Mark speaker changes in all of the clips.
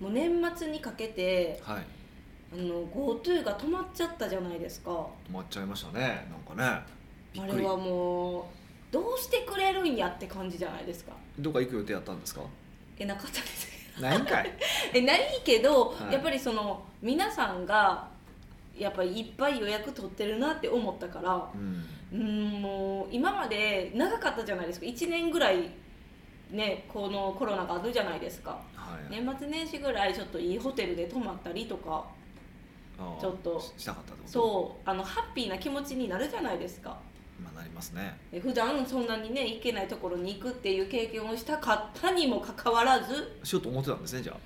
Speaker 1: もう年末にかけて
Speaker 2: はい
Speaker 1: あの GoTo が止まっちゃったじゃないですか
Speaker 2: 止まっちゃいましたねなんかねび
Speaker 1: あ
Speaker 2: っく
Speaker 1: れ
Speaker 2: り
Speaker 1: はもうどうしてくれるんやって感じじゃないですか
Speaker 2: どこ行く予定やったんですか
Speaker 1: えなかったです
Speaker 2: ないんかい
Speaker 1: えないけど、
Speaker 2: はい
Speaker 1: やっぱりその皆さんがやっぱりいっぱい予約取ってるなって思ったから
Speaker 2: うん
Speaker 1: うーんもう今まで長かったじゃないですか1年ぐらいねこのコロナがあるじゃないですか
Speaker 2: はい、
Speaker 1: 年末年始ぐらいちょっといいホテルで泊まったりとか
Speaker 2: ああ
Speaker 1: ちょっと
Speaker 2: ししたかったってこと
Speaker 1: そうあのハッピーな気持ちになるじゃないですか
Speaker 2: まあなりますね
Speaker 1: え普段そんなにね行けないところに行くっていう経験をしたかったにもかかわらず、
Speaker 2: しようと思ってたんですねじゃ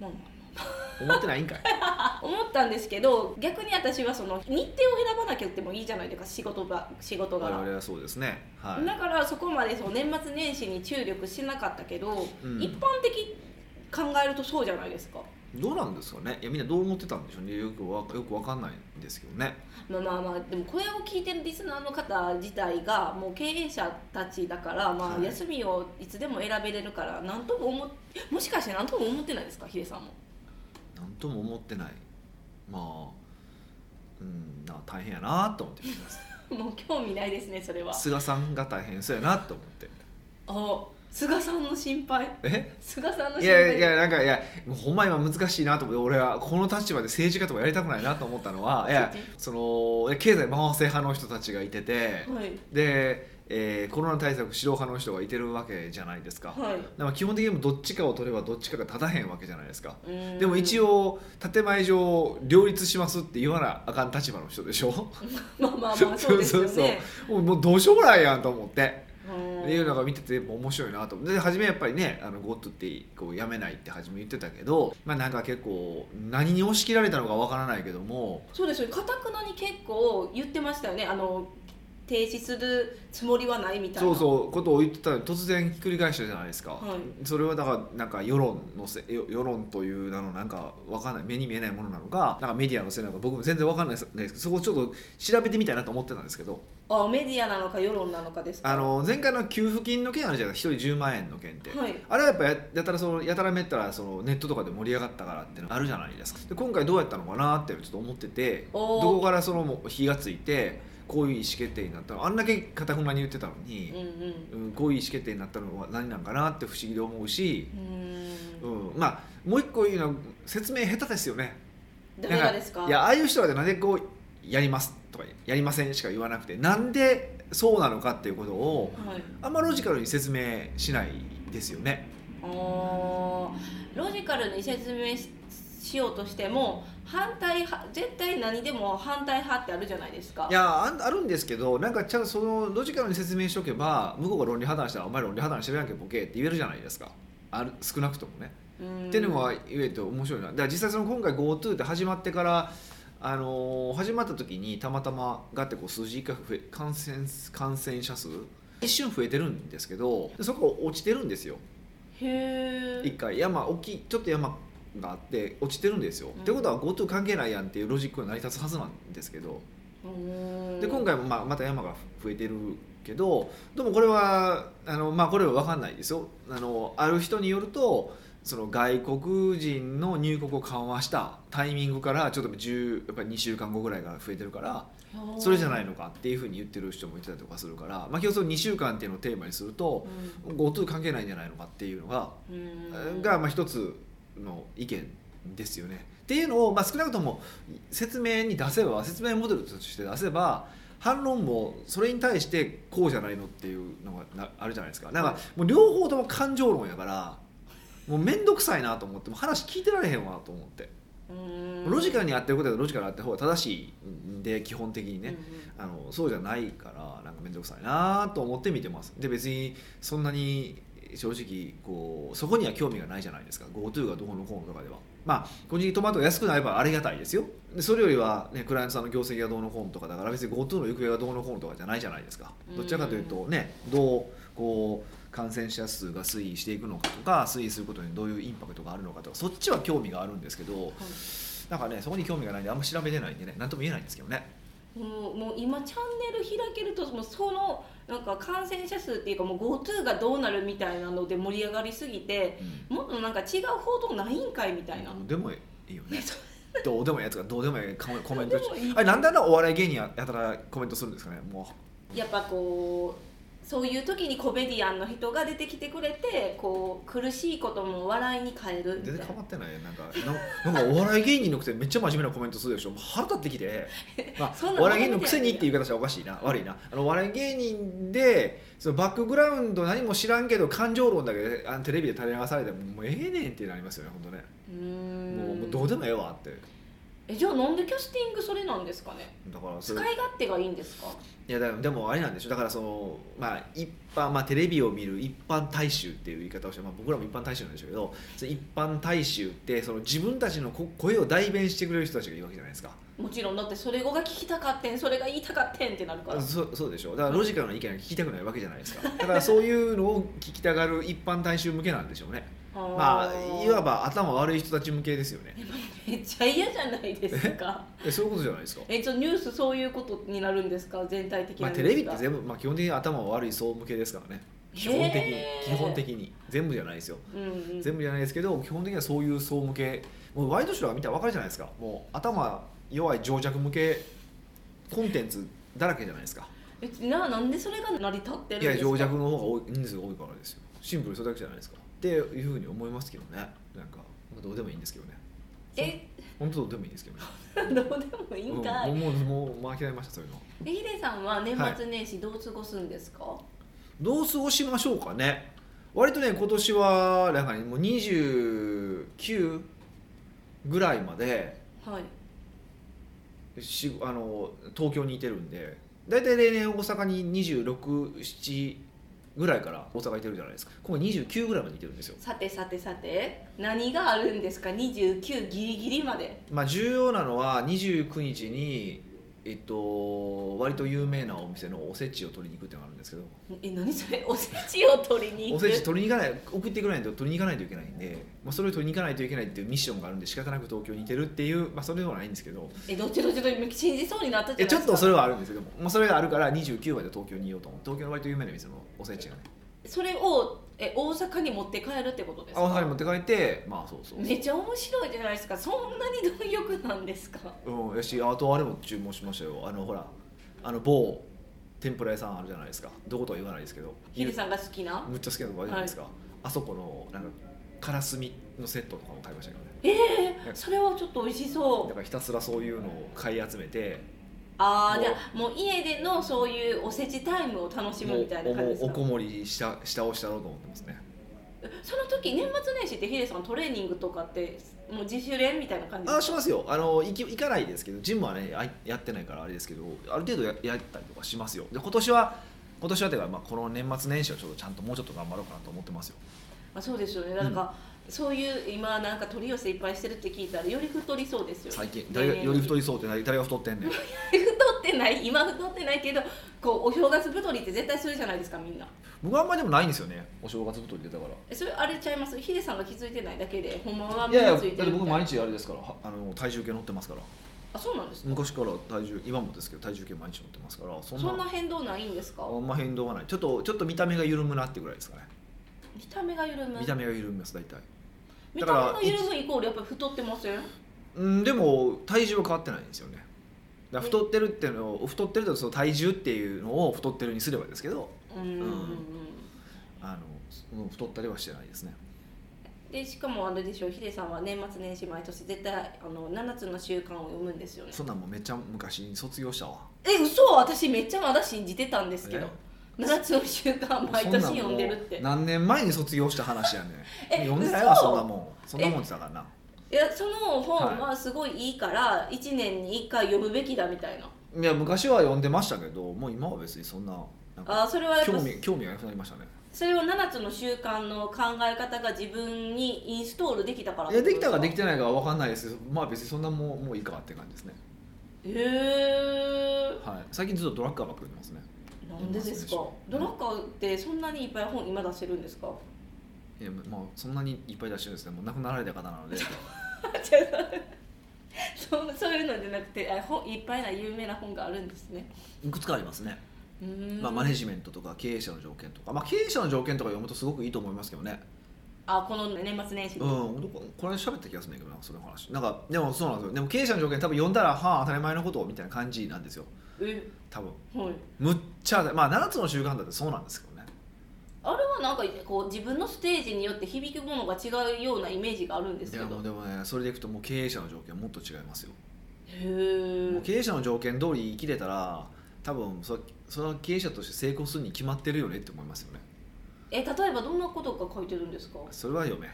Speaker 1: まあ
Speaker 2: あ思ってない んかい
Speaker 1: まあ思ったんですけど逆に私はその日程を選ばなきゃってもいいじゃないですか仕事が仕事
Speaker 2: 我
Speaker 1: 柄、
Speaker 2: 々はそうですねはい
Speaker 1: だからそこまでそう年末年始に注力しなかったけど、
Speaker 2: うん
Speaker 1: 一般的考えるとそうじゃないですか
Speaker 2: どうなんですかねいやみんなどう思ってたんでしょうねよくわよくわかんないんですけどね
Speaker 1: まあまあまあでもこれを聞いてるリスナーの方自体がもう経営者たちだから、ま
Speaker 2: は
Speaker 1: あ、
Speaker 2: い
Speaker 1: 休みをいつでも選べれるから何とも思っもしかして何とも思ってないですかヒデさんも
Speaker 2: なんとも思ってないまあうんな大変やなと思って見てます
Speaker 1: も う興味ないですねそれは
Speaker 2: 菅さんが大変そうやなと思って
Speaker 1: あ菅さんの心配
Speaker 2: え
Speaker 1: 菅さんの
Speaker 2: い
Speaker 1: 心
Speaker 2: や
Speaker 1: 配
Speaker 2: いやなんかいやもうほんま今難しいなと思って俺はこの立場で政治家とかやりたくないなと思ったのはいやそのいや経済回せ派の人たちがいてて
Speaker 1: はい
Speaker 2: で、えーコロナ対策指導派の人がいてるわけじゃないですか、
Speaker 1: はい
Speaker 2: だから基本的にもどっちかを取ればどっちかが立たへんわけじゃないですか
Speaker 1: うーん
Speaker 2: でも一応建前上両立しますって言わなあかん立場の人でしょ
Speaker 1: まあまあまあそうですよね
Speaker 2: そうそうもうもうどうしようもないやんと思って
Speaker 1: うん
Speaker 2: っていうのが見ててやっぱ面白いなと思ってで初めやっぱりねあの GoTo ってこうやめないって初め言ってたけどまあなんか結構何に押し切られたのかわからないけども
Speaker 1: そうですよかたくなに結構言ってましたよねあの停止するつもりはないみたいな
Speaker 2: そうそうことを言ってたのに突然ひっくり返したじゃないですか、
Speaker 1: は
Speaker 2: それはだからなんか世論のせ世世論というなのなんかわかんない目に見えないものなのかなんかメディアのせいなのか僕も全然わかんないですですそこちょっと調べてみたいなと思ってたんですけど
Speaker 1: あメディアなのか世論なのかですか
Speaker 2: あの前回の給付金の件あるじゃないですか1人10万円の件って、
Speaker 1: はい
Speaker 2: あれはやっぱややたらそのやたらめったらそのネットとかで盛り上がったからっていうのあるじゃないですかで今回どうやったのかなってちょっと思ってて
Speaker 1: お
Speaker 2: ど
Speaker 1: ー
Speaker 2: こからそのもう火がついてこういう意思決定になったのあんだけかたくなに言ってたの
Speaker 1: うんう
Speaker 2: に、
Speaker 1: ん
Speaker 2: うんこういう意思決定になったのは何なんかなって不思議で思うし、
Speaker 1: うー
Speaker 2: うんん、まあもう一個言うのは説明下手ですよね
Speaker 1: 誰がです
Speaker 2: な
Speaker 1: か
Speaker 2: んいやああいう人はなんでこうやりますとかやりませんしか言わなくてなんでそうなのかっていうことを、
Speaker 1: はい
Speaker 2: あんまロジカルに説明しないですよね。
Speaker 1: あーロジカルに説明ししようとしても反対派絶対何でも反対派ってあるじゃないですか
Speaker 2: いやあんあるんですけどなんかちゃんとそのロジカルに説明しとけば向こうが論理破綻したら「お前論理破綻してるやんけボケ」って言えるじゃないですかある少なくともね。
Speaker 1: うん
Speaker 2: っていうのは言えて面白いなだから実際その今回 GoTo って始まってから、あのー始まった時にたまたまがってこう数字が増え感染感染者数一瞬増えてるんですけどでそこ落ちてるんですよ
Speaker 1: へえ
Speaker 2: 一回山大きいちょっと山があって落ちてるんですよ、
Speaker 1: うん、
Speaker 2: ってことは GoTo 関係ないやんっていうロジックが成り立つはずなんですけどで今回もまあまた山が増えてるけどでもこれはあの、まあ、これは分かんないですよあのある人によるとその外国人の入国を緩和したタイミングからちょっと10やっぱり2週間後ぐらいから増えてるからそれじゃないいのかっていうふうに言ってる人もいてたりとかするから、まあ、今日その2週間っていうのをテーマにすると GoTo 関係ないんじゃないのかっていうのが
Speaker 1: うんうん
Speaker 2: がまあ一つの意見ですよね。っていうのを、まあ、少なくとも説明に出せば説明モデルとして出せば反論もそれに対してこうじゃないのっていうのがなあるじゃないですかなんかもう両方とも感情論やからもう面倒くさいなと思ってもう話聞いてられへんわと思って
Speaker 1: うん
Speaker 2: ロジカルにやってることはロジカルにやった方が正しいんで基本的にね、
Speaker 1: うんうん
Speaker 2: あのそうじゃないからなんか面倒くさいなと思って見てますで別にそんなに正直こうそこには興味がないじゃないですか GoTo がどこのこうのとかではまあ個人的にトマトが安くなればありがたいですよでそれよりは、ね、クライアントさんの業績がどうのこうのとかだから別に GoTo の行方がどうのこうのとかじゃないじゃないですかどちらかというとねどうこう感染者数が推移していくのかとか推移することにどういうインパクトがあるのかとかそっちは興味があるんですけどなんかねそこに興味がないんであんま調べてないんでね何とも言えないんですけどね
Speaker 1: もうもう今チャンネル開けるともうそのなんか感染者数っていうかもう GoTo がどうなるみたいなので盛り上がりすぎてもっとなんか違う報道ないんかいみたいな。
Speaker 2: どうでもいいよ
Speaker 1: ね
Speaker 2: ね
Speaker 1: そう
Speaker 2: どうでもいいやつがどうでもいいコメコメントし
Speaker 1: どうでもいい
Speaker 2: あれなんであんなお笑い芸人ややたらコメントするんですかねも
Speaker 1: やっぱこうそういう時にコメディアンの人が出てきてくれてこう苦しいことも笑いに変える
Speaker 2: う
Speaker 1: みた
Speaker 2: 全
Speaker 1: い
Speaker 2: 然
Speaker 1: な
Speaker 2: 変わってないなんかななんかお笑い芸人のくせにめっちゃ真面目なコメントするでしょもう腹立ってき て、ま
Speaker 1: そ
Speaker 2: あ
Speaker 1: ん、な
Speaker 2: お笑い芸人のくせにっていう言い方したらおかしいな悪いなあのお笑い芸人でそのバックグラウンド何も知らんけど感情論だけであのテレビで垂れ流されてももうええねんってなりますよね本当ね
Speaker 1: うーん
Speaker 2: もうもうどうでもええわって
Speaker 1: えじゃあなんでキャスティングそれなんですかね
Speaker 2: だからそ
Speaker 1: 使
Speaker 2: れ
Speaker 1: い勝手がいいんですか
Speaker 2: いやだでもあれなんでしょだからそのまあ一般まあテレビを見る一般大衆っていう言い方をして、まあ、僕らも一般大衆なんでしょうけどその一般大衆ってその自分たちのこ声を代弁してくれる人たちがいるわけじゃないですか
Speaker 1: もちろんだってそれが聞きたかってんそれが言いたかってんってなるから
Speaker 2: そそうでしょだからロジカルな意見が聞きたくないわけじゃないですかだからそういうのを聞きたがる一般大衆向けなんでしょうねまあい
Speaker 1: ば
Speaker 2: わば頭悪い人たち向けですよね
Speaker 1: めっちゃ嫌じゃないです か
Speaker 2: えそういうことじゃないですか
Speaker 1: えちょニュースそういうことになるんですか全体的な
Speaker 2: ま
Speaker 1: ニュース
Speaker 2: あ、テ
Speaker 1: が
Speaker 2: レビって全部、まあ、基本的に頭悪い層向けですからね基本的に
Speaker 1: へー
Speaker 2: 基本的に全部じゃないですよ
Speaker 1: うんうん
Speaker 2: 全部じゃないですけど基本的にはそういう層向けもうワイドショーは見たら分かるじゃないですかもう頭弱い情弱向けコンテンツだらけじゃないですか
Speaker 1: えななんでそれが成り立ってるんです
Speaker 2: いや
Speaker 1: か
Speaker 2: 情弱の方が多い人数が多いからですよシンプルにそれだけじゃないですかっていうふうに思いますけどねなんかどうでもいいんですけどね
Speaker 1: え
Speaker 2: 本当どうでもいいんですけどね
Speaker 1: どうでもいいんかい、
Speaker 2: うんもうもうもうもう諦めましたそういうの
Speaker 1: でヒデさんは年末年始どう過ごすんですか、
Speaker 2: どう過ごしましょうかね割とね今年はなんかねもう29ぐらいまで
Speaker 1: はい
Speaker 2: しあの東京にいてるんで大体例年大阪に267ぐらいから大阪いてるじゃないですか今回29ぐらいまでいてるんですよ
Speaker 1: さてさてさて何があるんですか29ギリギリまで
Speaker 2: まあ重要なのは29日にえっと割と有名なお店のおせちを取りに行くってのがあるんですけど
Speaker 1: え何それおせちを取りに行
Speaker 2: お
Speaker 1: く
Speaker 2: せち取りに行かない送ってくれないと取りに行かないといけないんで、まあ、それを取りに行かないといけないっていうミッションがあるんで仕方なく東京にいてるっていう、まあ、それではないんですけど
Speaker 1: えどっちどっちどっち信じそうになったじ
Speaker 2: え
Speaker 1: ゃな
Speaker 2: ち
Speaker 1: いで
Speaker 2: ょっ
Speaker 1: すか
Speaker 2: とそれはあるんですけども、まあ、それがあるから29まで東京にいようと思って東京の割と有名な店のおせちがね
Speaker 1: それをえ大阪に持って帰るってことです
Speaker 2: あ
Speaker 1: か
Speaker 2: 大阪に持って帰ってまあそうそう
Speaker 1: めっちゃ面白いじゃないですかそんなに貪欲なんですか
Speaker 2: うん、よしあとあれも注文しましたよあのほらあの某天ぷら屋さんあるじゃないですかどことは言わないですけど
Speaker 1: ヒデさんが好きな
Speaker 2: むっちゃ好きなとこあるじゃないですか、あそこのなんかからすみのセットとかも買いましたけどね
Speaker 1: ええそれはちょっと美味しそ
Speaker 2: だ
Speaker 1: う
Speaker 2: からひたすらそういうのを買い集めて
Speaker 1: ああ
Speaker 2: もう
Speaker 1: じゃあもう家でのそういうおせちタイムを楽しむみたいな感じ
Speaker 2: も
Speaker 1: で
Speaker 2: う
Speaker 1: す
Speaker 2: お
Speaker 1: か
Speaker 2: こもりしたしたをしたろうと思ってますね
Speaker 1: その時年末年始ってヒデさんトレーニングとかってもう自主練みたいな感じ
Speaker 2: あ
Speaker 1: です
Speaker 2: し
Speaker 1: か
Speaker 2: ますよあの行き行かないですけどジムはねあいやってないからあれですけどある程度ややったりとかしますよで今年は今年はというか、まあ、この年末年始はちょっとちゃんともうちょっと頑張ろうかなと思ってますよ
Speaker 1: あそうですよねなんか、そういう今なんか取り寄せいっぱいしてるって聞いたらより太りそうですよね
Speaker 2: 最近誰がより太
Speaker 1: り
Speaker 2: りそうって誰誰が太ってんねん
Speaker 1: 太ってない今太ってないけどこうお正月太りって絶対するじゃないですかみんな
Speaker 2: 僕はあんまりでもないんですよねお正月太り出たか
Speaker 1: えそれあれちゃいますヒデさんが気づいてないだけでほんまは
Speaker 2: らい
Speaker 1: 目
Speaker 2: やいや
Speaker 1: が
Speaker 2: だっ
Speaker 1: つ
Speaker 2: て
Speaker 1: いてるみ
Speaker 2: 僕
Speaker 1: たい
Speaker 2: 毎日あれですからはあの体重計乗ってますから
Speaker 1: あそうなんですか
Speaker 2: 昔から体重今もですけど体重計毎日乗ってますからそんな
Speaker 1: そんな変動ないんですか
Speaker 2: あんま変動がないちょっとちょっと見た目が緩むなってぐらいですかね
Speaker 1: 見た目が緩む
Speaker 2: 見た目が緩みます大体
Speaker 1: 見
Speaker 2: だ
Speaker 1: た
Speaker 2: から
Speaker 1: 目が緩むイコールやっぱり太ってません
Speaker 2: うんでも体重は変わってないんですよねだから太ってるっていうのを太ってるとその体重っていうのを太ってるにすればですけど
Speaker 1: うんうんうん
Speaker 2: あのうん太ったりはしてないですね
Speaker 1: でしかもあれでしょヒデさんは年末年始毎年絶対あの7つの習慣を読むんですよね
Speaker 2: そんなんもうめっちゃ昔に卒業したわ
Speaker 1: え嘘私めっちゃまだ信じてたんですけど、
Speaker 2: ね
Speaker 1: 7つの習慣毎年読んでるっ
Speaker 2: そ
Speaker 1: て
Speaker 2: んなんもう何年前に卒業した話やね
Speaker 1: え
Speaker 2: 読んでないわ
Speaker 1: 嘘
Speaker 2: そんなもんそんなもんってだからない
Speaker 1: やその本はすごいいいから1年に1回読むべきだみたいない
Speaker 2: や昔は読んでましたけどもう今は別にそんななんか
Speaker 1: あーそれはやっぱ
Speaker 2: 興味興味がなくなりましたね
Speaker 1: それを7つの習慣の考え方が自分にインストールできたから
Speaker 2: いやできたかでき
Speaker 1: た
Speaker 2: てないかは分かんないですけどまあ別にそんなもうもういいかって感じですね
Speaker 1: へえ
Speaker 2: はい最近ずっとドラッカーばっかり読んでますね
Speaker 1: なんでですか
Speaker 2: そうで
Speaker 1: ド
Speaker 2: しょ
Speaker 1: ラッカーってそんなにいっぱい本今出してるんですか
Speaker 2: いや まあそんなにいっぱい出してるんですねもう亡くなられた方なので
Speaker 1: 違うそそうそういうのじゃなくてあ本いっぱいな有名な本があるんですね
Speaker 2: いくつかありますね、
Speaker 1: うーん
Speaker 2: まあ、マネジメントとか経営者の条件とか、まあ、経営者の条件とか読むとすごくいいと思いますけどね
Speaker 1: あこの年末年始
Speaker 2: う
Speaker 1: に、
Speaker 2: ん、どここれ喋った気がするんだけどなんかその話なんかでもそうなんですよでも経営者の条件多分読んだらはあ当たり前のことみたいな感じなんですよ
Speaker 1: え
Speaker 2: 多分
Speaker 1: はい
Speaker 2: むっちゃまあ7つの習慣だってそうなんですけどね
Speaker 1: あれはなんかこう自分のステージによって響くものが違うようなイメージがあるんです
Speaker 2: で
Speaker 1: け
Speaker 2: も
Speaker 1: ど
Speaker 2: でもねそれでいくともう経営者の条件はもっと違いますよ、
Speaker 1: へ
Speaker 2: も
Speaker 1: え
Speaker 2: う経営者の条件通り生きれたら多分そその経営者として成功するに決まってるよねって思いますよね
Speaker 1: え例えばどんなことが書いてるんですか
Speaker 2: それは読め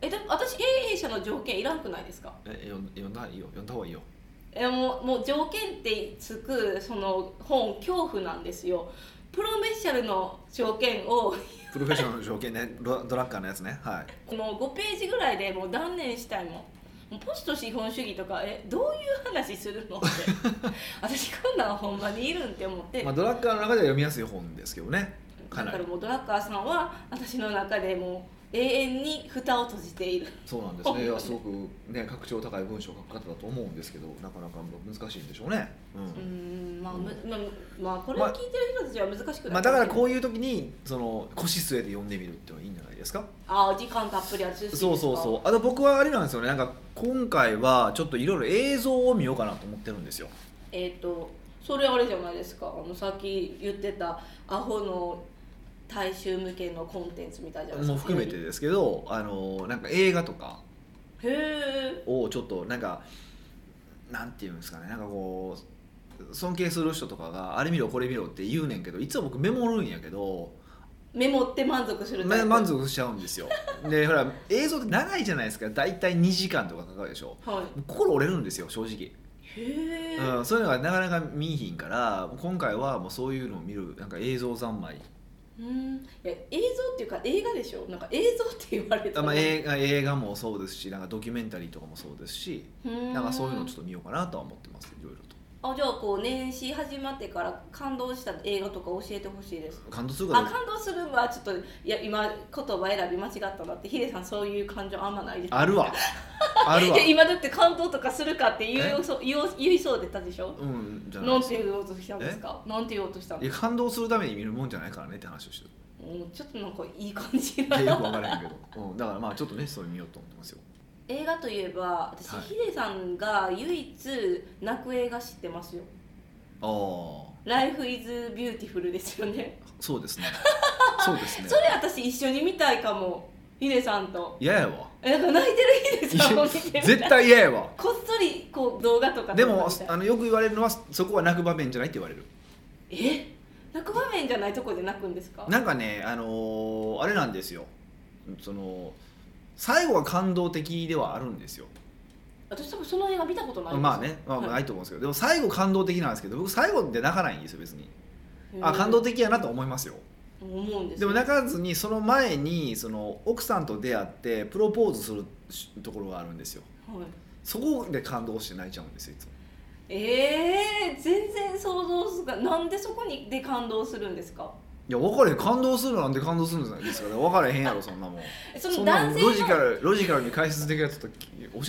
Speaker 1: えでも私経営者の条件いらんくないですか
Speaker 2: え読ん読んだらいいよ読んだ方がいいよ
Speaker 1: えもうもう条件ってつくその本恐怖なんですよプロフェッショナルの条件を
Speaker 2: プロフェッショナルの条件ねドラドラッカーのやつねはい
Speaker 1: もう5ページぐらいでもう断念したいもんもうポスト資本主義とかえどういう話するのって 私こんなんほんまにいるんって思って、
Speaker 2: まあ、ドラッカーの中では読みやすい本ですけどねか
Speaker 1: だ
Speaker 2: な
Speaker 1: から
Speaker 2: り
Speaker 1: もうドラッカーさんは私の中でもう永遠に蓋を閉じている
Speaker 2: そうなんですねいやすごくね格調高い文章を書く方だと思うんですけどなかなか難しいんでしょうね、う
Speaker 1: うんんまあ、むまあ、まあこれを聞いてる人たちは難しくない、
Speaker 2: まあ、だからこういう時にその腰据えて読んでみるっていうのはいいんじゃないですか
Speaker 1: ああ時間たっぷりある
Speaker 2: そうそうそうあと僕はあれなんですよねなんか今回はちょっといろいろ映像を見ようかなと思ってるんですよ
Speaker 1: えっ、とそれあれじゃないですかあのさっき言ってたアホの大衆向けのコンテンツみたいじゃないです
Speaker 2: も
Speaker 1: か
Speaker 2: 含めてですけどあのなんか映画とか
Speaker 1: へえ
Speaker 2: をちょっとなんかなんていうんですかねなんかこう尊敬する人とかがあれ見ろこれ見ろって言うねんけどいつも僕メモるんやけど
Speaker 1: メモって満足する
Speaker 2: ま
Speaker 1: プ
Speaker 2: 満足しちゃうんですよでほら映像って長いじゃないですか大体2時間とかかかるでしょ
Speaker 1: は
Speaker 2: 心折れるんですよ正直、
Speaker 1: いへえ、
Speaker 2: うん、そういうのがなかなか見いひんから今回はもうそういうのを見るなんか映像三昧
Speaker 1: うん、いや映像っていうか映画でしょなんか映像って言われた
Speaker 2: あまあ、
Speaker 1: ら
Speaker 2: 映画映画もそうですしなんかドキュメンタリーとかもそうですし
Speaker 1: うん
Speaker 2: なんかそういうのをちょっと見ようかなとは思ってますいろいろと
Speaker 1: あじゃあこう年始始まってから感動した映画とか教えてほしいです
Speaker 2: 感動するか
Speaker 1: あ
Speaker 2: どうか
Speaker 1: 感動するのはちょっといや今言葉選び間違ったなってヒデさんそういう感情あんまないです
Speaker 2: あるわあるわ
Speaker 1: いや今だって感動とかするかって言う
Speaker 2: え
Speaker 1: そう言おう言いそうでたでしょ
Speaker 2: うんじゃな
Speaker 1: ないん
Speaker 2: です
Speaker 1: て言おうとしたんですかなんて言おうとしたん
Speaker 2: い
Speaker 1: で
Speaker 2: や
Speaker 1: すか
Speaker 2: 感動するために見るもんじゃないからねって話をして る
Speaker 1: もうちょっとなんかいい感じ
Speaker 2: いや
Speaker 1: な
Speaker 2: よくわからへんけど、うん、だからまあちょっとねそれ見ようと思ってますよ
Speaker 1: 映画といえば私、
Speaker 2: はい
Speaker 1: ヒデさんが唯一泣く映画知ってますよ
Speaker 2: ああ
Speaker 1: 「Life is Beautiful」ですよね
Speaker 2: そうですね。そうですね
Speaker 1: そ。れ私一緒に見たいかもヒデさんと
Speaker 2: 嫌やわ。
Speaker 1: えなんか泣いてるヒデさんを見てみたい
Speaker 2: 絶対嫌やわ。
Speaker 1: こっそりこう動画とか撮って
Speaker 2: でも
Speaker 1: みたい
Speaker 2: あのよく言われるのはそこは泣く場面じゃないって言われる。
Speaker 1: え泣く場面じゃないとこで泣くんですか
Speaker 2: なんかねあのーあれなんですよ。その最後は感動的ではあるんですよ。
Speaker 1: 私多分その映画見たことないです
Speaker 2: まあね、まあまあ
Speaker 1: は
Speaker 2: ないと思うんですけど、でも最後感動的なんですけど、僕最後で泣かないんですよ別に。あ
Speaker 1: うん
Speaker 2: 感動的やなと思いますよ。
Speaker 1: 思うんです
Speaker 2: でも
Speaker 1: ね
Speaker 2: 泣かずにその前にその奥さんと出会ってプロポーズするしところがあるんですよ。
Speaker 1: はい
Speaker 2: そこで感動して泣いちゃうんですよいつも。
Speaker 1: えー、全然想像すがなんでそこにで感動するんですか
Speaker 2: いや分かれへん感動するなんて感動するんじゃないですかね分からへんやろそんなもん
Speaker 1: え そ
Speaker 2: そ
Speaker 1: の
Speaker 2: んなも
Speaker 1: 男性
Speaker 2: んロジ
Speaker 1: の
Speaker 2: カルロジカルに解説できるやつと教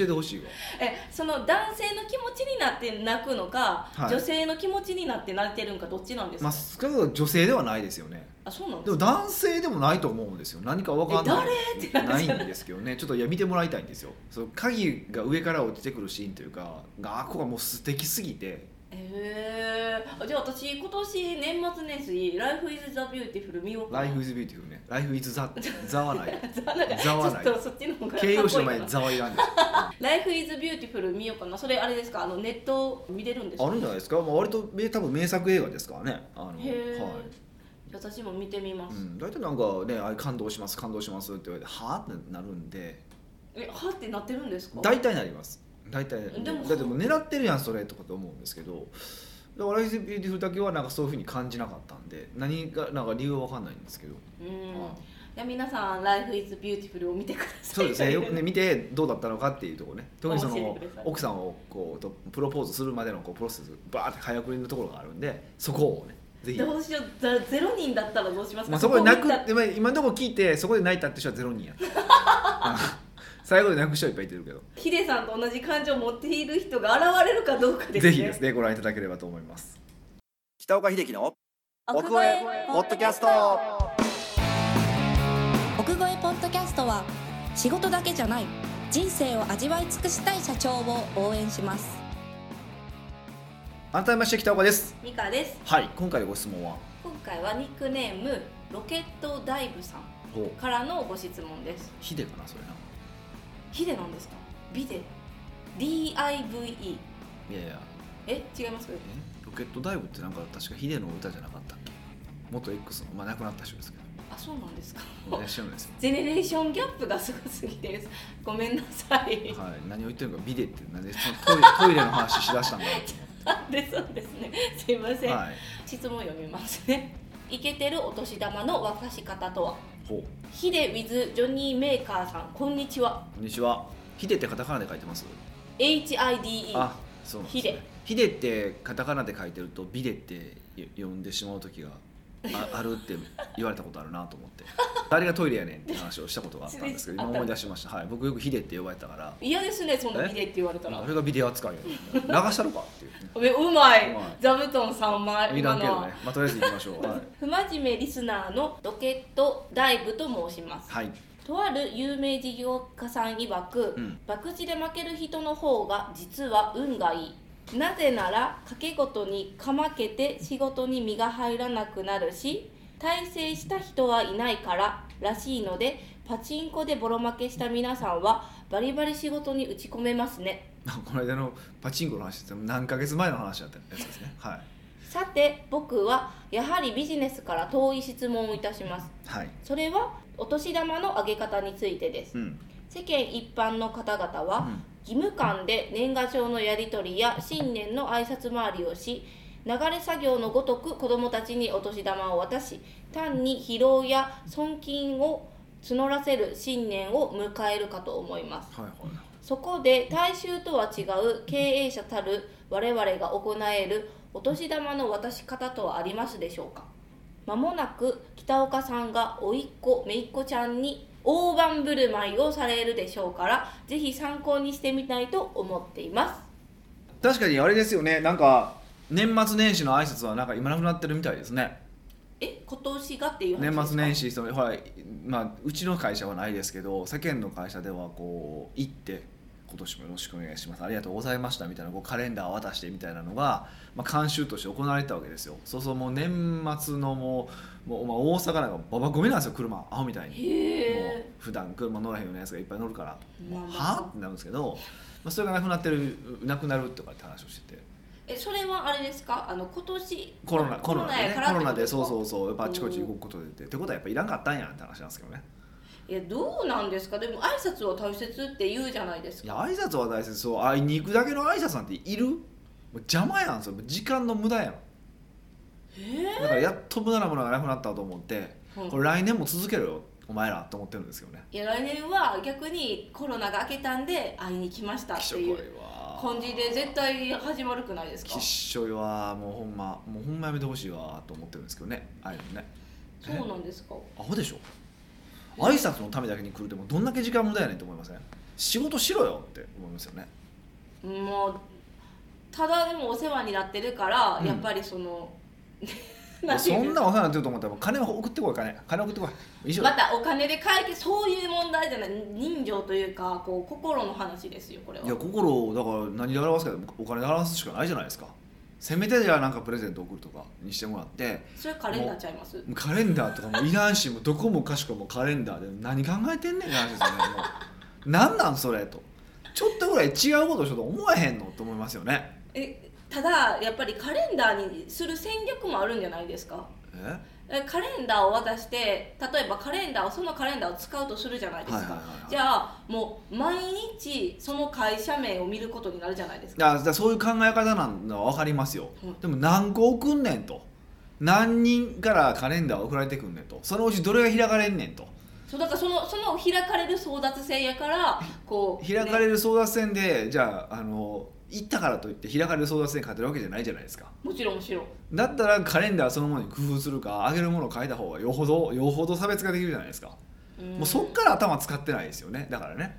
Speaker 2: えてほしいわ
Speaker 1: えその男性の気持ちになって泣くのか、
Speaker 2: はい
Speaker 1: 女性の気持ちになって泣いてるんかどっちなんですか、
Speaker 2: まあ少なくとも女性ではないですよね
Speaker 1: あそうなんで
Speaker 2: ですも
Speaker 1: か
Speaker 2: 男性でもないと思うんですよ何か分かんない
Speaker 1: え誰ってな
Speaker 2: な
Speaker 1: る
Speaker 2: い
Speaker 1: じゃん
Speaker 2: んですけどねちょっといや見てもらいたいんですよその鍵が上から落ちてくるシーンというかがあここがもう素敵すぎて
Speaker 1: えー、あじゃあ私今年年末年始「Life is the Beautiful」見よ
Speaker 2: 「
Speaker 1: うかな
Speaker 2: Life is beautiful」ね「Life is ザザわない
Speaker 1: ざなんか
Speaker 2: ざわない
Speaker 1: ちょっとそっちの方がかっこいい
Speaker 2: 形
Speaker 1: か
Speaker 2: 容詞の前
Speaker 1: な
Speaker 2: に「ざわいらんで」
Speaker 1: 「Life is Beautiful」見ようかなそれあれですかあのネット見れるんです
Speaker 2: あ
Speaker 1: か
Speaker 2: るんじゃないですか、まあ、割とめ多分名作映画ですからねあの、は
Speaker 1: へえ、
Speaker 2: い、
Speaker 1: 私も見てみます、
Speaker 2: うん、大体なんかねあれ感動します感動しますって言われてはあってなるんで
Speaker 1: えはってなってるんですか
Speaker 2: 大体なります大体
Speaker 1: でも
Speaker 2: だってもう狙ってるやんそれとかと思うんですけどだから「ライズ・ビューティフル」だけはなんかそういうふうに感じなかったんで何がなんか理由は分かんないんですけど、
Speaker 1: うん
Speaker 2: はい
Speaker 1: や皆さん「Life is Beautiful」を見てください
Speaker 2: そ うですねよくね見てどうだったのかっていうところね特にそ
Speaker 1: 教え
Speaker 2: の
Speaker 1: てください
Speaker 2: 奥さんをこうとプロポーズするまでのこうプロセスバーって早送りのところがあるんでそこをねぜひ、
Speaker 1: どうしようだゼロ人だったらどうしますか、
Speaker 2: まあ、そこで泣
Speaker 1: 見た
Speaker 2: く今のところ聞いてそこで泣いたって人はゼロ人やったうん最後で泣く人はいっぱいいてるけど、
Speaker 1: ヒデさんと同じ感情を持っている人が現れるかどうかですね
Speaker 2: ぜひですねご覧いただければと思います
Speaker 3: 北岡秀樹の奥越えポッドキャスト
Speaker 4: 奥越えポッドキャストは仕事だけじゃない人生を味わい尽くしたい社長を応援します
Speaker 2: 改めまして北岡です
Speaker 1: ミカです
Speaker 2: はい今回のご質問は
Speaker 1: 今回はニックネームロケットダイブさん
Speaker 2: ほう
Speaker 1: からのご質問です
Speaker 2: ヒデかなそれな
Speaker 1: ヒデなんですかビデ DIVE
Speaker 2: いやいや
Speaker 1: え違います
Speaker 2: えロケットダイブってなんか確かヒデの歌じゃなかったっけ元 X のまあ亡くなった人ですけ
Speaker 1: あそうなんですか
Speaker 2: どいらっしゃるんですよ
Speaker 1: ジェネレーションギャップがすごすぎてですごめんなさい
Speaker 2: はい何を言ってるのかビデってなんでそのトイレトイレの話しだしたんだろ
Speaker 1: あでそうですねすいま
Speaker 2: う
Speaker 1: せん、
Speaker 2: はい
Speaker 1: 質問読みますねイケてるお年玉の渡し方とは
Speaker 2: ほう
Speaker 1: ヒデ with ジョニー・メーカーさんこんにちは
Speaker 2: こんにちはヒデってカタカナで書いてます
Speaker 1: HIDE
Speaker 2: あそうなん
Speaker 1: ヒ
Speaker 2: です
Speaker 1: デ
Speaker 2: ねヒデってカタカナで書いてるとビデって呼んでしまう時が ああるって言われたことあるなと思って誰がトイレやねんって話をしたことがあったんですけど今思い出しました、はい、僕よくヒデって呼ばれたから
Speaker 1: 嫌ですねそんなヒデって言われたら
Speaker 2: 俺がビデ扱いやねん流したろかっていう
Speaker 1: うめうま
Speaker 2: う
Speaker 1: い
Speaker 2: まい
Speaker 1: 座布団3枚
Speaker 2: いらんけど
Speaker 1: は
Speaker 2: ね、まあ、とりあえず行きましょうはい、
Speaker 1: 不真面目リスナーのロケットダイブと申します
Speaker 2: はい、
Speaker 1: とある有名事業家さん曰く、
Speaker 2: うん
Speaker 1: 博打で負ける人の方が実は運がいいなぜなら賭け事にかまけて仕事に身が入らなくなるし大成した人はいないかららしいのでパチンコでボロ負けした皆さんはバリバリ仕事に打ち込めますね
Speaker 2: この間のパチンコの話ですね何ヶ月前の話だったやつですねはい
Speaker 1: さて僕はやはりビジネスから遠い質問をいたします
Speaker 2: はい
Speaker 1: それはお年玉の上げ方についてです
Speaker 2: うん
Speaker 1: 世間一般の方々
Speaker 2: う
Speaker 1: は
Speaker 2: ん
Speaker 1: 義務感で年賀状のやり取りや新年の挨拶回りをし流れ作業のごとく子どもたちにお年玉を渡し単に疲労や損金を募らせる新年を迎えるかと思います
Speaker 2: はいはい
Speaker 1: そこで大衆とは違う経営者たる我々が行えるお年玉の渡し方とはありますでしょうかまもなく北岡さんがおいっ子めいっ子ちゃんに大盤振る舞いをされるでしょうからぜひ参考にしてみたいと思っています
Speaker 2: 確かにあれですよねなんか年末年始の挨拶はなんか今なくなってるみたいですね
Speaker 1: え今年がっていう話ですか
Speaker 2: 年末年始そのほら、まあ、うちの会社はないですけど世間の会社ではこう行って今年もよろしくお願いしますありがとうございましたみたいなこうカレンダーを渡してみたいなのが、まあ、慣習として行われてたわけですよそうそうもう年末のもうもう、まあ、大阪なんかババゴミなんですよ車青みたいに
Speaker 1: へ
Speaker 2: もう
Speaker 1: え
Speaker 2: 普段車乗らへんようなやつがいっぱい乗るから
Speaker 1: まあまあ
Speaker 2: はあってなるんですけど、まあ、それがなくなってるなくなるとかって話をしてて
Speaker 1: えそれはあれですかあの今年
Speaker 2: コロナコロナで、
Speaker 1: や
Speaker 2: ね
Speaker 1: か、ら
Speaker 2: コロナでそう
Speaker 1: う
Speaker 2: そうそうやっぱあちこち動くことでってってことはやっぱいらんかったんやって話なんですけどね
Speaker 1: いやどうなんですかでも挨拶は大切って言うじゃないです
Speaker 2: い
Speaker 1: か
Speaker 2: や挨拶は大切そう会いに行くだけの挨拶なんているもう邪魔やんそれもう時間の無駄やん
Speaker 1: え
Speaker 2: だからやっと無駄なものがなくなったと思って
Speaker 1: ーうん
Speaker 2: これ来年も続けろよお前らと思ってるんですけどね
Speaker 1: いや来年は逆にコロナが明けたんで会いに来ましたっ
Speaker 2: きしてょこい
Speaker 1: いう
Speaker 2: わ
Speaker 1: 感じで絶対始まるくないですか
Speaker 2: きっしょいわもうほんまもうほんまやめてほしいわと思ってるんですけどねああいうのね
Speaker 1: そうなんですか
Speaker 2: アホでしょ挨拶のためだけに来るでもどんだけ時間無駄やねんと思いません仕事しろよって思いますよね
Speaker 1: もうただでもお世話になってるから、
Speaker 2: うん
Speaker 1: やっぱりそのんていう
Speaker 2: そ
Speaker 1: んですか
Speaker 2: なお世話になってると思ったらもう金を送ってこい金金送ってこい以上
Speaker 1: またお金で解決そういう問題じゃない人情というかこう心の話ですよこれはい
Speaker 2: や心をだから何で表すかでもお金で表すしかないじゃないですかせめてじゃあなんかプレゼント送るとかにしてもらって
Speaker 1: それカレンダーちゃいます
Speaker 2: もうカレンダーとかもいらんしもうどこもかしこもカレンダーで何考えてんねんって話ですよねもう何なんそれとちょっとぐらい違うことしようと思わへんのと思いますよね
Speaker 1: えただやっぱりカレンダーにする戦略もあるんじゃないですか
Speaker 2: えは
Speaker 1: えカレンダーを渡して例えばカレンダーをそのカレンダーを使うとするじゃないで
Speaker 2: い
Speaker 1: す
Speaker 2: は
Speaker 1: か、
Speaker 2: いはい
Speaker 1: じゃあもう毎日その会社名を見ることになるじゃないですか
Speaker 2: だからそういう考え方なんのは分かりますよ、
Speaker 1: うん
Speaker 2: でも何個送んねんと何人からカレンダー送られてくんねんとそのうちどれが開かれんねんと
Speaker 1: そうだからそのその開かれる争奪戦やからこう、
Speaker 2: 開かれ
Speaker 1: ね
Speaker 2: る争奪戦で、じゃああの行ったからといって開かれる争奪戦に勝てるわけじゃないじゃないですか
Speaker 1: もちろんもちろん
Speaker 2: だったらカレンダーそのものに工夫するかあげるものを変えた方がよほどよほど差別ができるじゃないですか、
Speaker 1: うん
Speaker 2: もうそっから頭使ってないですよねだからね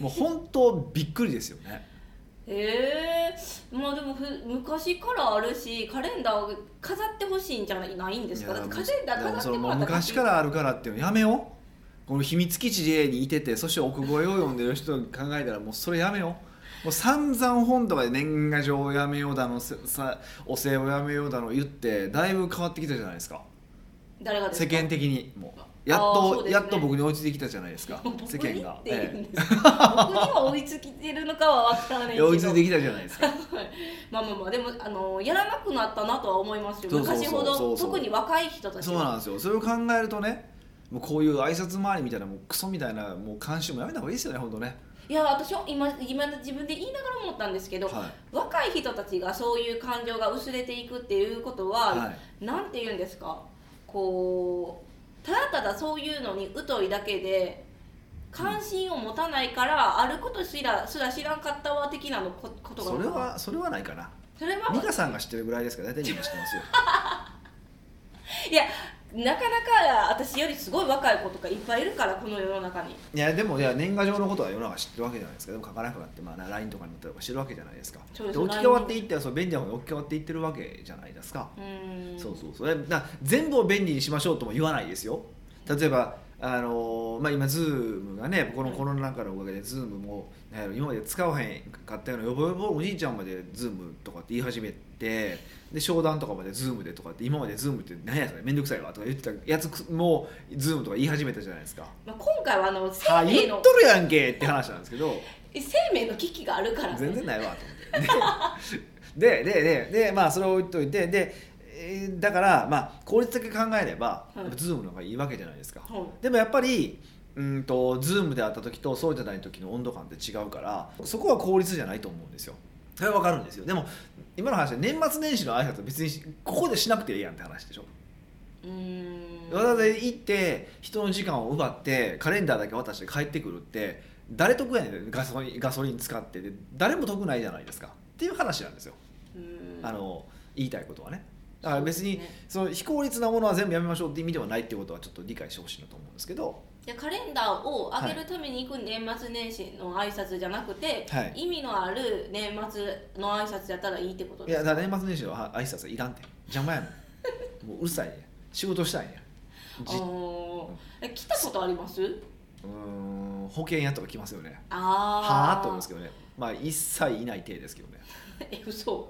Speaker 2: もう本当びっくりですよね
Speaker 1: ええまあでもふ昔からあるしカレンダーを飾ってほしいんじゃないないんですか
Speaker 2: い
Speaker 1: だ
Speaker 2: や
Speaker 1: ってカレンダー
Speaker 2: でも
Speaker 1: 飾
Speaker 2: そ
Speaker 1: って
Speaker 2: の
Speaker 1: も
Speaker 2: も
Speaker 1: ら
Speaker 2: う
Speaker 1: った
Speaker 2: 昔からあるからっていうのやめようこの秘密基地でにいててそして奥越えを読んでる人に考えたらもうそれやめようもう散々本とかで年賀状をやめようだのせさお世話をやめようだの言ってだいぶ変わってきたじゃないですか
Speaker 1: 誰がです
Speaker 2: 世
Speaker 1: か
Speaker 2: 間的にもうやっ
Speaker 1: あーそう
Speaker 2: と、
Speaker 1: ですね
Speaker 2: やっと僕に追いついてきたじゃないです か
Speaker 1: 僕に
Speaker 2: 世間が
Speaker 1: って言う
Speaker 2: え
Speaker 1: んですか 僕には追いつきてるのかは分からない
Speaker 2: え
Speaker 1: けど
Speaker 2: 追いついてきたじゃないですか
Speaker 1: まあまあまあでもあのやらなくなったなとは思いますよ
Speaker 2: そうそうそう
Speaker 1: 昔ほど
Speaker 2: そうそう
Speaker 1: 特に若い人たち
Speaker 2: そうなん
Speaker 1: は
Speaker 2: ですよそれを考えるとねもうこういう挨拶回りみたいなもうクソみたいなもう慣習もやめた方がいいですよね本当ね
Speaker 1: いや私は今今自分で言いながら思ったんですけど、
Speaker 2: は
Speaker 1: 若い人たちがそういう感情が薄れていくっていうこと
Speaker 2: い、
Speaker 1: は、
Speaker 2: はい、
Speaker 1: なんて言うんですかこうただただそういうのに疎いだけで関心を持たないから、あることすらすら知らんかったわ的なのこことが
Speaker 2: それはそれはないかな
Speaker 1: それは
Speaker 2: 美香さんが知ってるぐらいですから大体みんな知っ てますよ
Speaker 1: なかなか私よりすごい若い子とかいっぱいいるからこの世の中に
Speaker 2: いやでもいや年賀状のことは世の中知ってるわけじゃないですかでも書かなくなって、まあ、な LINE とかになったりとかしてるわけじゃないですか
Speaker 1: そうです
Speaker 2: 置き換わっていってはそう便利な方に置き換わっていってるわけじゃないですか、
Speaker 1: うーん
Speaker 2: そうそうそうだから全部を便利にしましょうとも言わないですよ例えばあのーまあ、今、ズームがね、このコロナ禍のおかげで、ズームも、なんやろ今まで使わへんかったような、よぼよぼおじいちゃんまで、ズームとかって言い始めて、で、商談とかまで、ズームでとかって、今までズームって、何やそれ、めんどくさいわとか言ってたやつも、ズームとか言い始めたじゃないですか。
Speaker 1: まあ、今回はあの生
Speaker 2: は
Speaker 1: 命
Speaker 2: 言
Speaker 1: の
Speaker 2: っとるやんけって話なんですけど
Speaker 1: え生命の危機があるからね
Speaker 2: 全然ないわと思ってでででででまあそれを置いといてでえーだからまあ効率だけ考えれば、
Speaker 1: はい
Speaker 2: ズームの方がいいわけじゃないですか、
Speaker 1: はい
Speaker 2: でもやっぱりうんとズームで会った時とそうじゃない時の温度感って違うからそこは効率じゃないと思うんですよそれはわかるんですよでも今の話で年末年始の挨拶は別にしここでしなくていいやんって話でしょ
Speaker 1: うーん
Speaker 2: わざわざ行って人の時間を奪ってカレンダーだけ渡して帰ってくるって誰得やねんガソリンガソリン使ってで誰も得ないじゃないですかっていう話なんですよ、
Speaker 1: うーん
Speaker 2: あの言いたいことはねだから別
Speaker 1: そう
Speaker 2: に
Speaker 1: ですね
Speaker 2: その非効率なものは全部やめましょうって意味ではないってことはちょっと理解してほしいなと思うんですけど
Speaker 1: いやカレンダーを上げるために行く年末年始の挨拶じゃなくて、
Speaker 2: はい
Speaker 1: 意味のある年末の挨拶やったらいいってこと
Speaker 2: い
Speaker 1: です
Speaker 2: や
Speaker 1: か
Speaker 2: だから年末年始は挨拶はいらんて邪魔やもんもううるさいね仕事したいね
Speaker 1: あ
Speaker 2: じう
Speaker 1: ーえ来たことあります
Speaker 2: ーん保険やとか来ますよね
Speaker 1: あ
Speaker 2: はあ
Speaker 1: ー
Speaker 2: と思うんですけどねまあ一切いない体ですけどね
Speaker 1: え嘘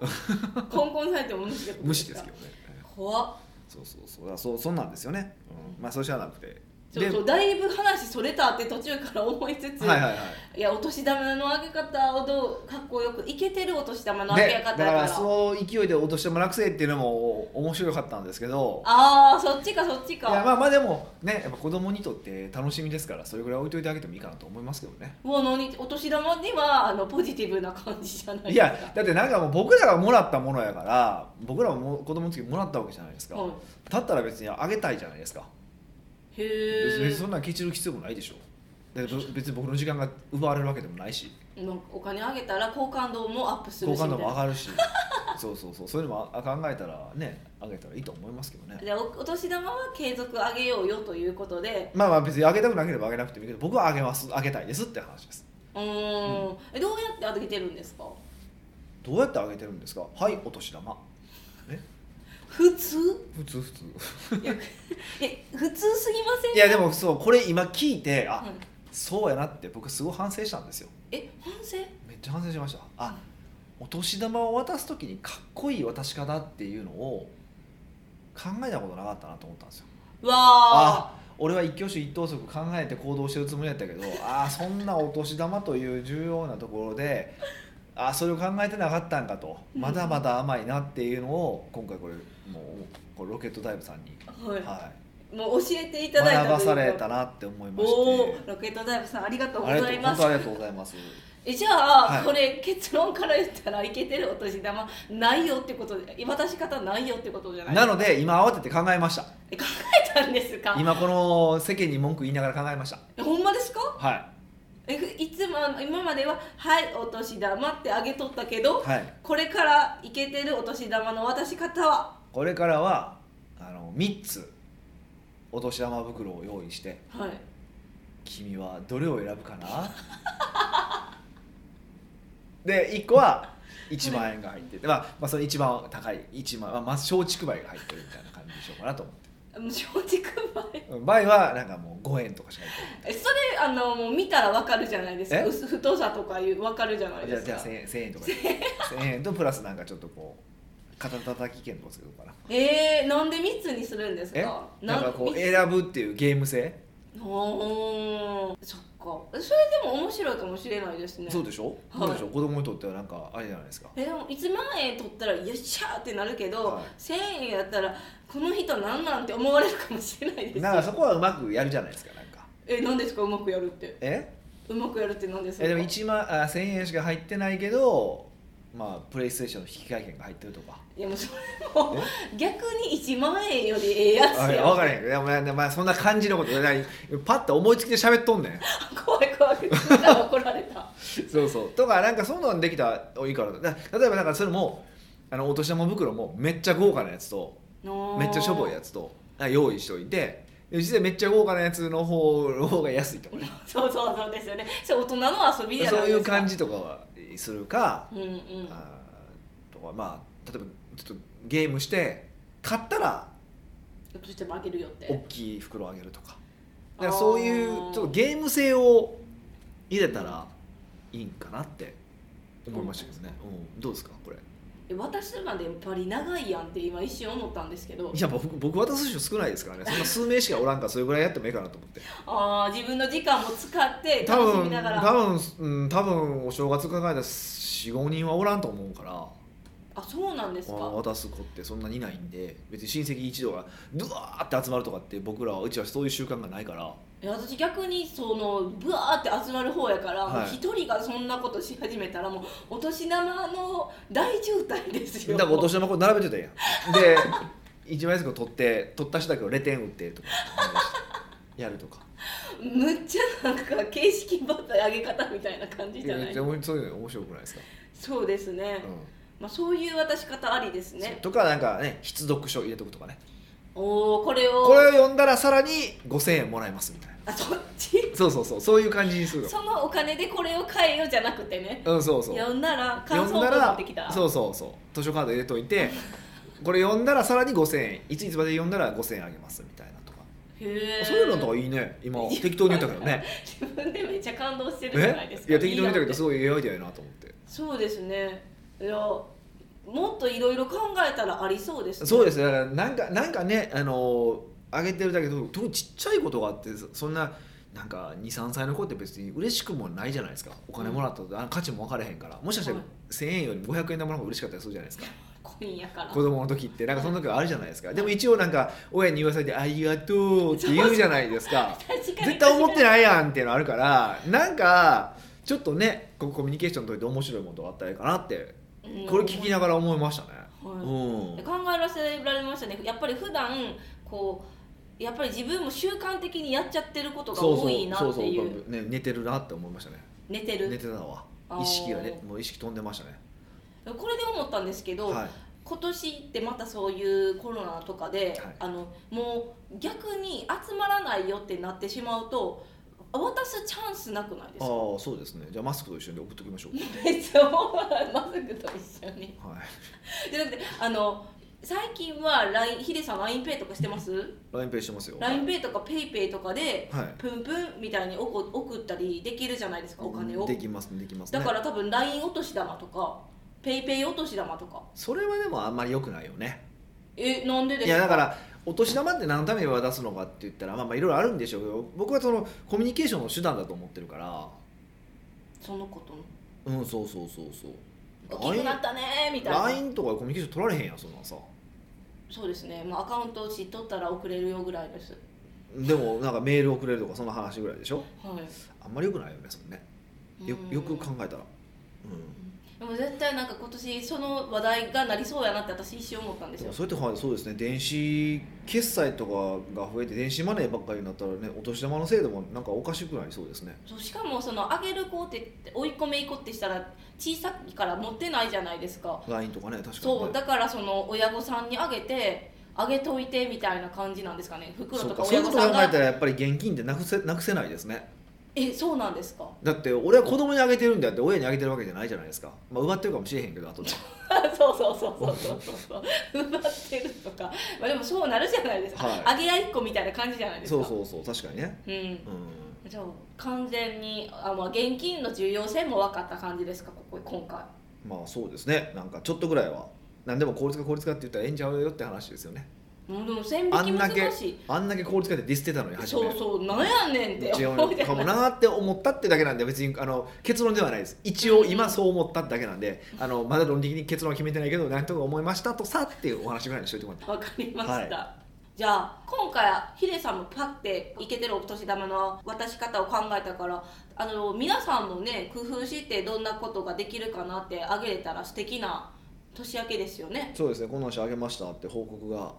Speaker 1: コンコンされても無視ってこと
Speaker 2: 無視ですけ
Speaker 1: か
Speaker 2: どね
Speaker 1: 怖っ
Speaker 2: そうそうそうだからそうそんなんですよね、うん、まあそうじゃなくて
Speaker 1: ちょっとだいぶ話それたって途中から思いつつ、
Speaker 2: はいはいはい
Speaker 1: い、やお年玉の上げ方をどうかっこよくいけてるお年玉の上げ
Speaker 2: でだ
Speaker 1: 方
Speaker 2: か
Speaker 1: やから
Speaker 2: らその勢いで落としてもらくせっていうのも面白かったんですけど
Speaker 1: ああそっちかそっち
Speaker 2: い
Speaker 1: か
Speaker 2: やまあまあでもねやっぱ子供にとって楽しみですからそれぐらい置いといてあげてもいいかなと思いますけどね
Speaker 1: もう何お年玉にはあのポジティブな感じじゃないですか
Speaker 2: いやだってなんかもう僕らがもらったものやから僕らもも子供の時もらったわけじゃないですか、
Speaker 1: はい
Speaker 2: だったら別にあげたいじゃないですか
Speaker 1: へ
Speaker 2: 別に
Speaker 1: え
Speaker 2: そんなんケチる必要もないでしょでぶ別に僕の時間が奪われるわけでもないし
Speaker 1: なんかお金あげたら好感度もアップする
Speaker 2: 好
Speaker 1: しみ
Speaker 2: 感
Speaker 1: た
Speaker 2: 度
Speaker 1: い
Speaker 2: も上
Speaker 1: な
Speaker 2: がるし そうそうそうそういうのもあ考えたらね上げたらいいと思いますけどね
Speaker 1: じゃあおお年玉は継続あげようよということで
Speaker 2: まあまあ別に上げたくなければ上げなくてもいいけど僕は上げます上げたいですって話です
Speaker 1: うーんえどうやってあげてるんですか
Speaker 2: どうやって上げてるんですかはいお年玉ね
Speaker 1: 普通
Speaker 2: 普通普通
Speaker 1: え普通すぎません
Speaker 2: いやでもそうこれ今聞いてあ、
Speaker 1: うん
Speaker 2: そうやなって僕すごい反省したんですよ
Speaker 1: え反省
Speaker 2: めっちゃ反省しましたあお年玉を渡す時にかっこいい渡し方っていうのを考えたことなかったなと思ったんですよ
Speaker 1: わあ
Speaker 2: あ俺は一挙手一投足考えて行動してるつもりだった けどああそんなお年玉という重要なところでああそれを考えてなかったんかとまだまだ甘いなっていうのを今回これもうこれロケットダイブさんに、
Speaker 1: はい、
Speaker 2: は
Speaker 1: もう教えてい
Speaker 2: い、
Speaker 1: ただいた
Speaker 2: 学ばされた
Speaker 1: な
Speaker 2: なって思いまし
Speaker 1: おお
Speaker 2: て
Speaker 1: ーロケットダイブさんありがとうご
Speaker 2: ありが
Speaker 1: ざ
Speaker 2: と
Speaker 1: いうま
Speaker 2: 本
Speaker 1: す
Speaker 2: 当ありがとうございます
Speaker 1: えじゃあ、
Speaker 2: はい
Speaker 1: これ結論から言ったらいけてるお年玉ないよってことで渡し方ないよってことじゃない
Speaker 2: なので今慌てて考えました
Speaker 1: え考えたんですか
Speaker 2: 今この世間に文句言いながら考えました
Speaker 1: えほんまですか
Speaker 2: は
Speaker 1: えいつもあの今までは「はいお年玉」ってあげとったけど、
Speaker 2: い、はい、
Speaker 1: これからいけてるお年玉の渡し方は
Speaker 2: これからはあの3つお年玉袋を用意して
Speaker 1: はい
Speaker 2: 君はどれを選ぶかな で1個は1万円が入ってて、まあまあ、その一番高い1万、まあ、まあ松竹梅が入ってるみたいな感じでしょうかなと思って
Speaker 1: もう正直前
Speaker 2: 梅はなんかもう5円とかしか
Speaker 1: え
Speaker 2: 入って
Speaker 1: それあのもう見たらわかるじゃないですか
Speaker 2: え
Speaker 1: 薄太さとかいうわかるじゃな
Speaker 2: ないいじ
Speaker 1: で
Speaker 2: ゃあ
Speaker 1: す
Speaker 2: じ
Speaker 1: か
Speaker 2: ゃあ1000円千円とかで1000円とプラスなんかちょっとこう肩たたき券とかつけようかな
Speaker 1: えー、なんで密にするんです
Speaker 2: え
Speaker 1: か
Speaker 2: なんかこう
Speaker 1: 密
Speaker 2: 選ぶっていうゲーム性
Speaker 1: おーそっかそれでも面白いかもしれないですね
Speaker 2: そうでしょ、
Speaker 1: はい
Speaker 2: どうでしょう子供にとってはなんかあれじゃないですか
Speaker 1: えでも1万円取ったら「よっしゃ!」ってなるけど、
Speaker 2: はい
Speaker 1: 1000円やったら「この人なんなん?」って思われるかもしれないです
Speaker 2: なんかそこはうまくやるじゃないですかなんか
Speaker 1: え何ですかうまくやるって
Speaker 2: え
Speaker 1: うまくやるって何ですか
Speaker 2: えでも1万あ1000円しか入ってないけどまあプレイステーションの引き換え券が入ってるとか
Speaker 1: いやもうそれも逆に1万円よりええやつ
Speaker 2: あ
Speaker 1: や
Speaker 2: 分からへんけどでもまあ、まあ、そんな感じのことないパッと思いつきで喋っとんね ん
Speaker 1: 怖い怖い普通から怒られた
Speaker 2: そうそうとかなんかそんなんできたらいいからだ例えばなんかそれもあのお年玉袋もめっちゃ豪華なやつと めっちゃしょぼいや
Speaker 1: つ
Speaker 2: つとあ用意しておいてで実際めっちゃ豪華なやつの方の方が安いとかね
Speaker 1: そうそうそうですよねそれ大人の遊びじゃ
Speaker 2: そ
Speaker 1: な
Speaker 2: う
Speaker 1: い
Speaker 2: い
Speaker 1: です
Speaker 2: う
Speaker 1: か
Speaker 2: 感じとかはするか、
Speaker 1: うんうん
Speaker 2: あーとかまあ例えばちょっとゲームして買ったら
Speaker 1: そして負けるよって
Speaker 2: 大きい袋あげるとか
Speaker 1: あー
Speaker 2: だからそういうちょっとゲーム性を入れたらいいんかなって思いましたけどね、うん、どうですかこれ
Speaker 1: え私までやっぱり長いやんって今一瞬思ったんですけど
Speaker 2: いや僕僕渡す人少ないですからねそんな数名しかおらんからそれぐらいやってもいいかなと思って
Speaker 1: あー自分の時間も使って
Speaker 2: 多
Speaker 1: 楽しみ
Speaker 2: 分
Speaker 1: ながら
Speaker 2: 多分、うん、多分お正月考えたら45人はおらんと思うから
Speaker 1: あそうなんです
Speaker 2: わ
Speaker 1: か
Speaker 2: 渡す子ってそんなにいないんで別に親戚一同がドワーって集まるとかって僕らはうちはそういう習慣がないから
Speaker 1: いや私逆にそのブワーって集まる方やから
Speaker 2: はい
Speaker 1: もう一、人がそんなことし始めたらもうお年玉の大渋滞です
Speaker 2: だ
Speaker 1: よ
Speaker 2: からお年玉こう並べてたやんで一枚ずつこう取って取った人だけを0点打ってとかやるとか
Speaker 1: むっちゃなんか形式ばった上げ方みたいな感じ
Speaker 2: い
Speaker 1: じゃ
Speaker 2: や
Speaker 1: ない
Speaker 2: でもそういうの面白くないですか、
Speaker 1: そうですね、
Speaker 2: う
Speaker 1: まあ、そういう渡し方ありです
Speaker 2: んそう
Speaker 1: ね
Speaker 2: とかなんかね必読書入れとくとかね
Speaker 1: おおこれを
Speaker 2: これを読んだらさらに5000円もらえますみたいな
Speaker 1: あそっち
Speaker 2: そうそうそうそういう感じにするの
Speaker 1: そのお金でこれを買えよじゃなくてね
Speaker 2: うんそうそう
Speaker 1: 読んだら感
Speaker 2: 読
Speaker 1: 想
Speaker 2: んだ
Speaker 1: 文持ってきた
Speaker 2: らそうそうそう図書カード入れといてこれ読んだらさらに5000円いついつまで読んだら5000円あげますみたいなとか、
Speaker 1: へえ
Speaker 2: そういうのとかいいね今
Speaker 1: いや
Speaker 2: 適当に言ったけどね
Speaker 1: 自分でめっちゃ感動してるじゃ ない
Speaker 2: え
Speaker 1: ですか
Speaker 2: いや適当に言った
Speaker 1: いいな
Speaker 2: けど
Speaker 1: って
Speaker 2: すごいええアイデアやなと思って
Speaker 1: そうですねいやもっといろいろ考えたらありそうですね
Speaker 2: そうですねだからなんかなんかねあのあげてるだけど特にちっちゃいことがあってそそんななんか23歳の子って別に嬉しくもないじゃないですかお金もらったとあの価値も分からへんからもしかしたら
Speaker 1: はい
Speaker 2: 1000円より500円のもらう方が嬉しかったりするじゃないですか
Speaker 1: 今夜から
Speaker 2: 子供の時ってなんかその時はあるじゃないですかでも一応なんか親に言わされて「ありがとう」って言うじゃないですか
Speaker 1: 確かに
Speaker 2: 絶対思ってないやんっていうのあるからなんかちょっとねこうコミュニケーション取れて面白いものがあったらいいかなって
Speaker 1: うん
Speaker 2: これ聞きながら思いましたね、
Speaker 1: はい
Speaker 2: うん
Speaker 1: 考えらせられましたねやっぱり普段こうやっぱり自分も習慣的にやっちゃってることが
Speaker 2: そう
Speaker 1: 多
Speaker 2: そう
Speaker 1: いな
Speaker 2: そう
Speaker 1: っ
Speaker 2: そう
Speaker 1: ていう
Speaker 2: ね、寝てるなって思いましたね
Speaker 1: 寝て
Speaker 2: 寝て
Speaker 1: る
Speaker 2: たわ
Speaker 1: あー
Speaker 2: 意識がねもう意識飛んでましたね
Speaker 1: これで思ったんですけど、
Speaker 2: はい
Speaker 1: 今年ってまたそういうコロナとかで、
Speaker 2: はい
Speaker 1: あのもう逆に集まらないよってなってしまうと渡すチャンスなくないです
Speaker 2: ああ
Speaker 1: か
Speaker 2: ーそうですねじゃあマスクと一緒に送っておきましょう
Speaker 1: めっちゃ思わないマスクと一緒に
Speaker 2: かはい
Speaker 1: じゃなくてあの最近は LINE ヒデさん LINEPay とかしてます
Speaker 2: LINE ペイしてますよ
Speaker 1: ?LINEPay とか PayPay とかで
Speaker 2: はい
Speaker 1: プンプンみたいにおこ送ったりできるじゃないですかお金を
Speaker 2: できますできますね
Speaker 1: だから多分 LINE お年玉とか PayPay お年玉とか
Speaker 2: それはでもあんまり良くないよね
Speaker 1: えなんでです
Speaker 2: い
Speaker 1: か
Speaker 2: やだからお年玉って何のために渡すのかって言ったらまあまあいろいろあるんでしょうけど僕はそのコミュニケーションの手段だと思ってるから
Speaker 1: そのことの
Speaker 2: うんそうそうそうそう
Speaker 1: 大きくなったねーみたいな
Speaker 2: LINE とかコミュニケーション取られへんやんそんなんさ
Speaker 1: そうですね、まあ、アカウントを知っとったら送れるよぐらいです
Speaker 2: でもなんかメール送れるとかそんな話ぐらいでしょ
Speaker 1: は
Speaker 2: あんまり良くないよねそれね
Speaker 1: い
Speaker 2: よ
Speaker 1: うん
Speaker 2: よく考えたらうん
Speaker 1: でも絶対なんか今年その話題がなりそうやなって私一瞬思ったんです
Speaker 2: で
Speaker 1: よ
Speaker 2: もそうやって考えたらそうですね電子決済とかが増えて電子マネーばっかりになったらねお年玉の制度もなんかおかしくなりそうですね
Speaker 1: そうしかもそのあげる子って追い込めいこってしたら小さいから持ってないじゃないですか
Speaker 2: LINE とかね確かにね
Speaker 1: そうだからその親御さんにあげてあげといてみたいな感じなんですかね袋
Speaker 2: そ
Speaker 1: と
Speaker 2: う
Speaker 1: か
Speaker 2: かそうい
Speaker 1: 親
Speaker 2: うこ
Speaker 1: 御
Speaker 2: と
Speaker 1: さ
Speaker 2: 考
Speaker 1: ん
Speaker 2: えた
Speaker 1: が
Speaker 2: らやっぱり現金ってなくせなくせないですね
Speaker 1: えそうなんですか
Speaker 2: だって俺は子供にあげてるんだって親にあげてるわけじゃないじゃないですか、まあ、奪ってるかもしれへんけど後で
Speaker 1: そうそうそうそうそうそう そう奪ってるとか、まあ、でもそうなるじゃないですか、
Speaker 2: はい
Speaker 1: あげ合いっ子みたいな感じじゃないです
Speaker 2: そ
Speaker 1: か
Speaker 2: うそうそう確かにね
Speaker 1: うん
Speaker 2: うん
Speaker 1: じゃあ完全にあ、まあ、現金の重要性も分かった感じですかここ今回
Speaker 2: まあそうですねなんかちょっとぐらいは何でも効率化効率化って言ったらええんちゃうよって話ですよね
Speaker 1: うんでも線引
Speaker 2: あ
Speaker 1: き
Speaker 2: んだけ
Speaker 1: 難しい
Speaker 2: あんだけ効率化でディスってたのに初め
Speaker 1: そうそうなんやねんって
Speaker 2: 違う
Speaker 1: 思うじ
Speaker 2: の
Speaker 1: ゃな
Speaker 2: か
Speaker 1: い
Speaker 2: もなーって思ったってだけなんで別にあの結論ではないです一応今そう思っただけなんであのまだ論理的に結論は決めてないけど何とか思いましたとさっていうお話ぐらいにしといてもらって
Speaker 1: わかりました、
Speaker 2: は
Speaker 1: じゃあ今回ヒデさんもパッていけてるお年玉の渡し方を考えたからあの皆さんもね工夫してどんなことができるかなってあげれたら素敵な年明けですよね
Speaker 2: そうですねこの話あげましたって報告が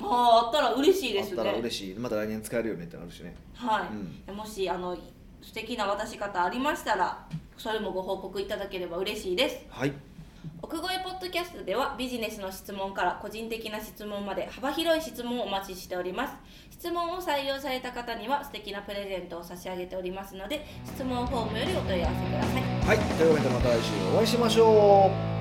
Speaker 1: あああったら嬉しいで
Speaker 2: あっ
Speaker 1: す
Speaker 2: たら
Speaker 1: ね
Speaker 2: 嬉しいまた来年使えるよねってなるしね
Speaker 1: はい、
Speaker 2: うん
Speaker 1: もしあの素敵な渡し方ありましたらそれもご報告いただければ嬉しいです
Speaker 2: はい
Speaker 1: 奥越ポッドキャストではビジネスの質問から個人的な質問まで幅広い質問をお待ちしております質問を採用された方には素敵なプレゼントを差し上げておりますので質問フォームよりお問い合わせください
Speaker 2: はいというわけでまた来週お会いしましょう